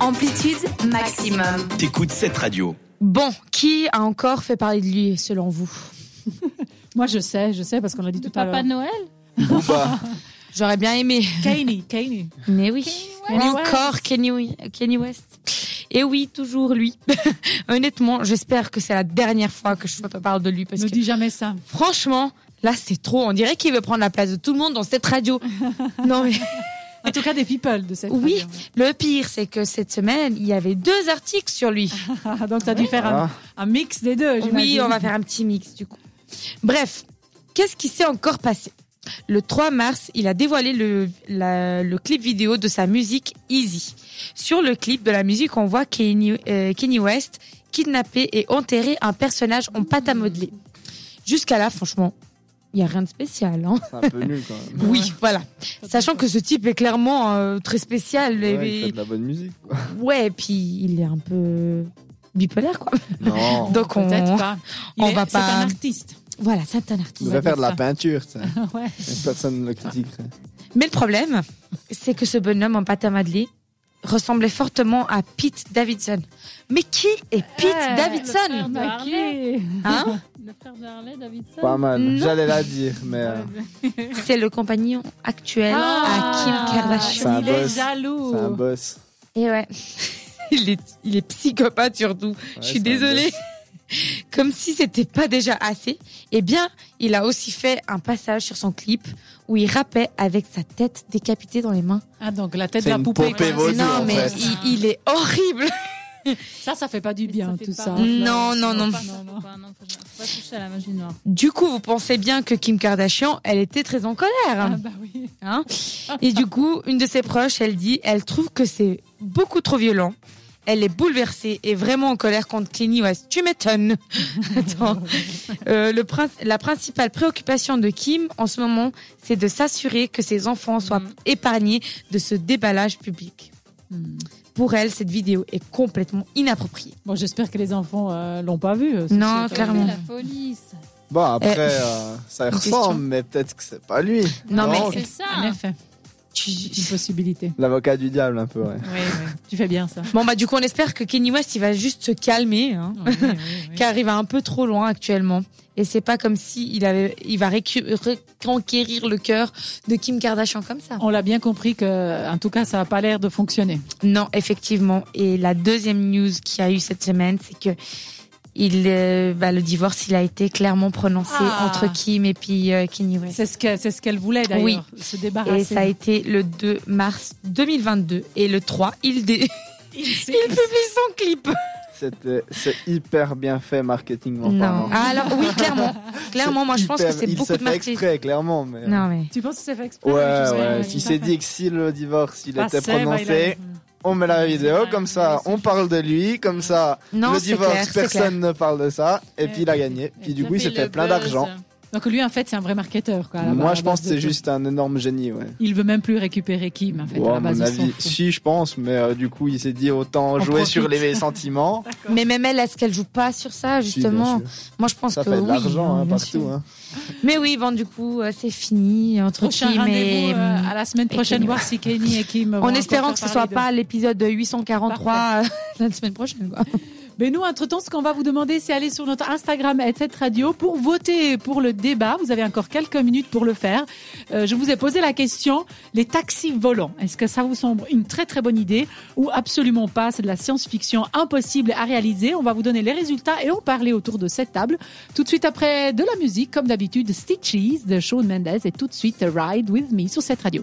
Amplitude maximum. T'écoutes cette radio. Bon, qui a encore fait parler de lui, selon vous Moi, je sais, je sais, parce qu'on l'a dit tout à Papa l'heure. Noël Booba. J'aurais bien aimé. Kanye, Kanye. Mais oui. West. Encore Kenny, Kenny West. Et oui, toujours lui. Honnêtement, j'espère que c'est la dernière fois que je parle de lui parce Ne que dis jamais ça. franchement, là c'est trop. On dirait qu'il veut prendre la place de tout le monde dans cette radio. non mais En tout cas, des people de cette oui. radio. Le pire, c'est que cette semaine, il y avait deux articles sur lui. Ah, Donc, t'as dû faire un, Ah. un mix des deux, Oui, j'imagine. on va faire un petit mix du coup. Bref, qu'est-ce qui s'est encore passé Le 3 mars, il a dévoilé le, la- le clip vidéo de sa musique Easy. Sur le clip de la musique, on voit Kenny, euh, Kenny West kidnapper et enterrer un personnage en pâte à modeler. Jusqu'à là, franchement, il n'y a rien de spécial. hein. C'est un peu nul quand même. Oui, voilà. Sachant que ce type est clairement euh, très spécial. et- Ouais, il fait et- de la bonne musique. quoi. ouais, et puis il est un peu bipolaire, quoi. Non. Donc on, Peut-être pas. Il on est- va C'est pas- un artiste. voilà, c'est un Il artiste. devrait faire de la ça. peinture, tu sais. Ouais. Personne ne le critiquerait. Mais le problème, c'est que ce bonhomme en pâte à modeler ressemblait fortement à Pete Davidson. Mais qui est Pete Ouais, le frère Davidson de Harley. Ok. hein Le frère de Harley Davidson. Pas mal. Non. J'allais la dire, mais. euh, C'est le compagnon actuel à Kim Kardashian. C'est un Il est boss. jaloux. C'est oh. un boss. Et ouais. Il est, il est psychopathe surtout. Ouais, Je c'est suis un désolée. boss. Comme si c'était pas déjà assez. Eh bien, il a aussi fait un passage sur son clip où il rappait avec sa tête décapitée dans les mains. Ah, donc la tête C'est de la une poupée. poupée quoi. vaudou, non, en mais fait. il, il est horrible. Ça, ça fait pas du Mais bien, fait tout pas- ça. Non, non, non. Faut pas, faut pas, non, faut pas- faut pas toucher à la magie noire. Du coup, vous pensez bien que Kim Kardashian, elle était très en Ah, colère. bah oui. hein. Et du coup, une de ses proches, elle dit, elle trouve que c'est beaucoup trop violent. Elle est bouleversée et vraiment en colère contre Kenny West. Tu m'étonnes. Attends. Euh, le prince- la principale préoccupation de Kim en ce moment, c'est de s'assurer que ses enfants soient Mhm. épargnés de ce déballage public. Hmm. Pour elle, cette vidéo est complètement inappropriée. Bon, j'espère que les enfants euh, l'ont pas vu. euh, Non, ceci étant clairement. Mais La police. Bon, après, euh, ça y Eh, question. ressemble, mais peut-être que c'est pas lui. Non, Non, mais C'est dit. En ça. effet, tu- c'est une possibilité. L'avocat du diable, un peu, ouais. Oui, oui. Tu fais bien ça. Bon bah du coup on espère que Kenny West il va juste se calmer hein, Oui, oui, oui. car il va un peu trop loin actuellement et c'est pas comme si il avait il va récu- reconquérir le cœur de Kim Kardashian comme ça. On l'a bien compris que, en tout cas, ça n'a pas l'air de fonctionner. Non effectivement et la deuxième news qu'il y a eu cette semaine c'est que il euh, bah, le divorce il a été clairement prononcé Ah. entre Kim et puis euh, Kenny West. C'est ce que- c'est ce qu'elle voulait d'ailleurs, Oui. se Et Ah, débarrasser. ça a été le 2 mars 2022 et le 3 il, dé- Il s'est- il publie son clip. C'était- C'est hyper bien fait marketing Non. Ah, alors oui clairement clairement moi je pense que c'est Il beaucoup s'est de fait marketing. exprès, clairement, mais. euh, Non Ah, mais Tu penses que c'est fait exprès Ouais, je sais pas, ouais. tout Il à s'est fait. dit que si le divorce Ah, il était Passait, bah, il prononcé, allait- on met la vidéo, Ouais, comme ça, ouais, on parle de lui, comme ça, Non, le c'est clair, divorce, c'est clair. Euh, personne ne parle de ça, et Ouais. puis il a gagné. Puis du Ça coup, il s'est fait le plein buzz. d'argent. Donc lui, en fait, c'est un vrai marketeur. Quoi, à la Moi, base je pense de que c'est tout. juste un énorme génie, ouais. Il veut même plus récupérer Kim, en fait. Ouais, à à la mon base, il s'en avis, fout. si, je pense, mais euh, du coup, il s'est dit autant jouer profite. sur les sentiments. Mais même elle, est-ce qu'elle joue pas sur ça Si, bien justement sûr. Moi, je pense Ça que fait de oui, l'argent hein, hein, bien sûr. partout. Hein. Mais oui, bon, du coup, euh, c'est fini entre Prochain Kim et rendez-vous euh, à la semaine et prochaine, Kenny. voir si Kenny et Kim. vont en encore espérant faire que ce soit parler pas l'épisode 843 euh, la semaine prochaine. Quoi. d'eux. Mais nous, entre-temps, ce qu'on va vous demander, c'est aller sur notre Instagram et cette radio pour voter pour le débat. Vous avez encore quelques minutes pour le faire. Euh, je vous ai posé la question les taxis volants, est-ce que ça vous semble une très très bonne idée ou absolument pas C'est de la science-fiction impossible à réaliser. On va vous donner les résultats et en parler autour de cette table. Tout de suite après de la musique, comme d'habitude, Stitches de Shawn Mendes et tout de suite Ride With Me sur cette radio.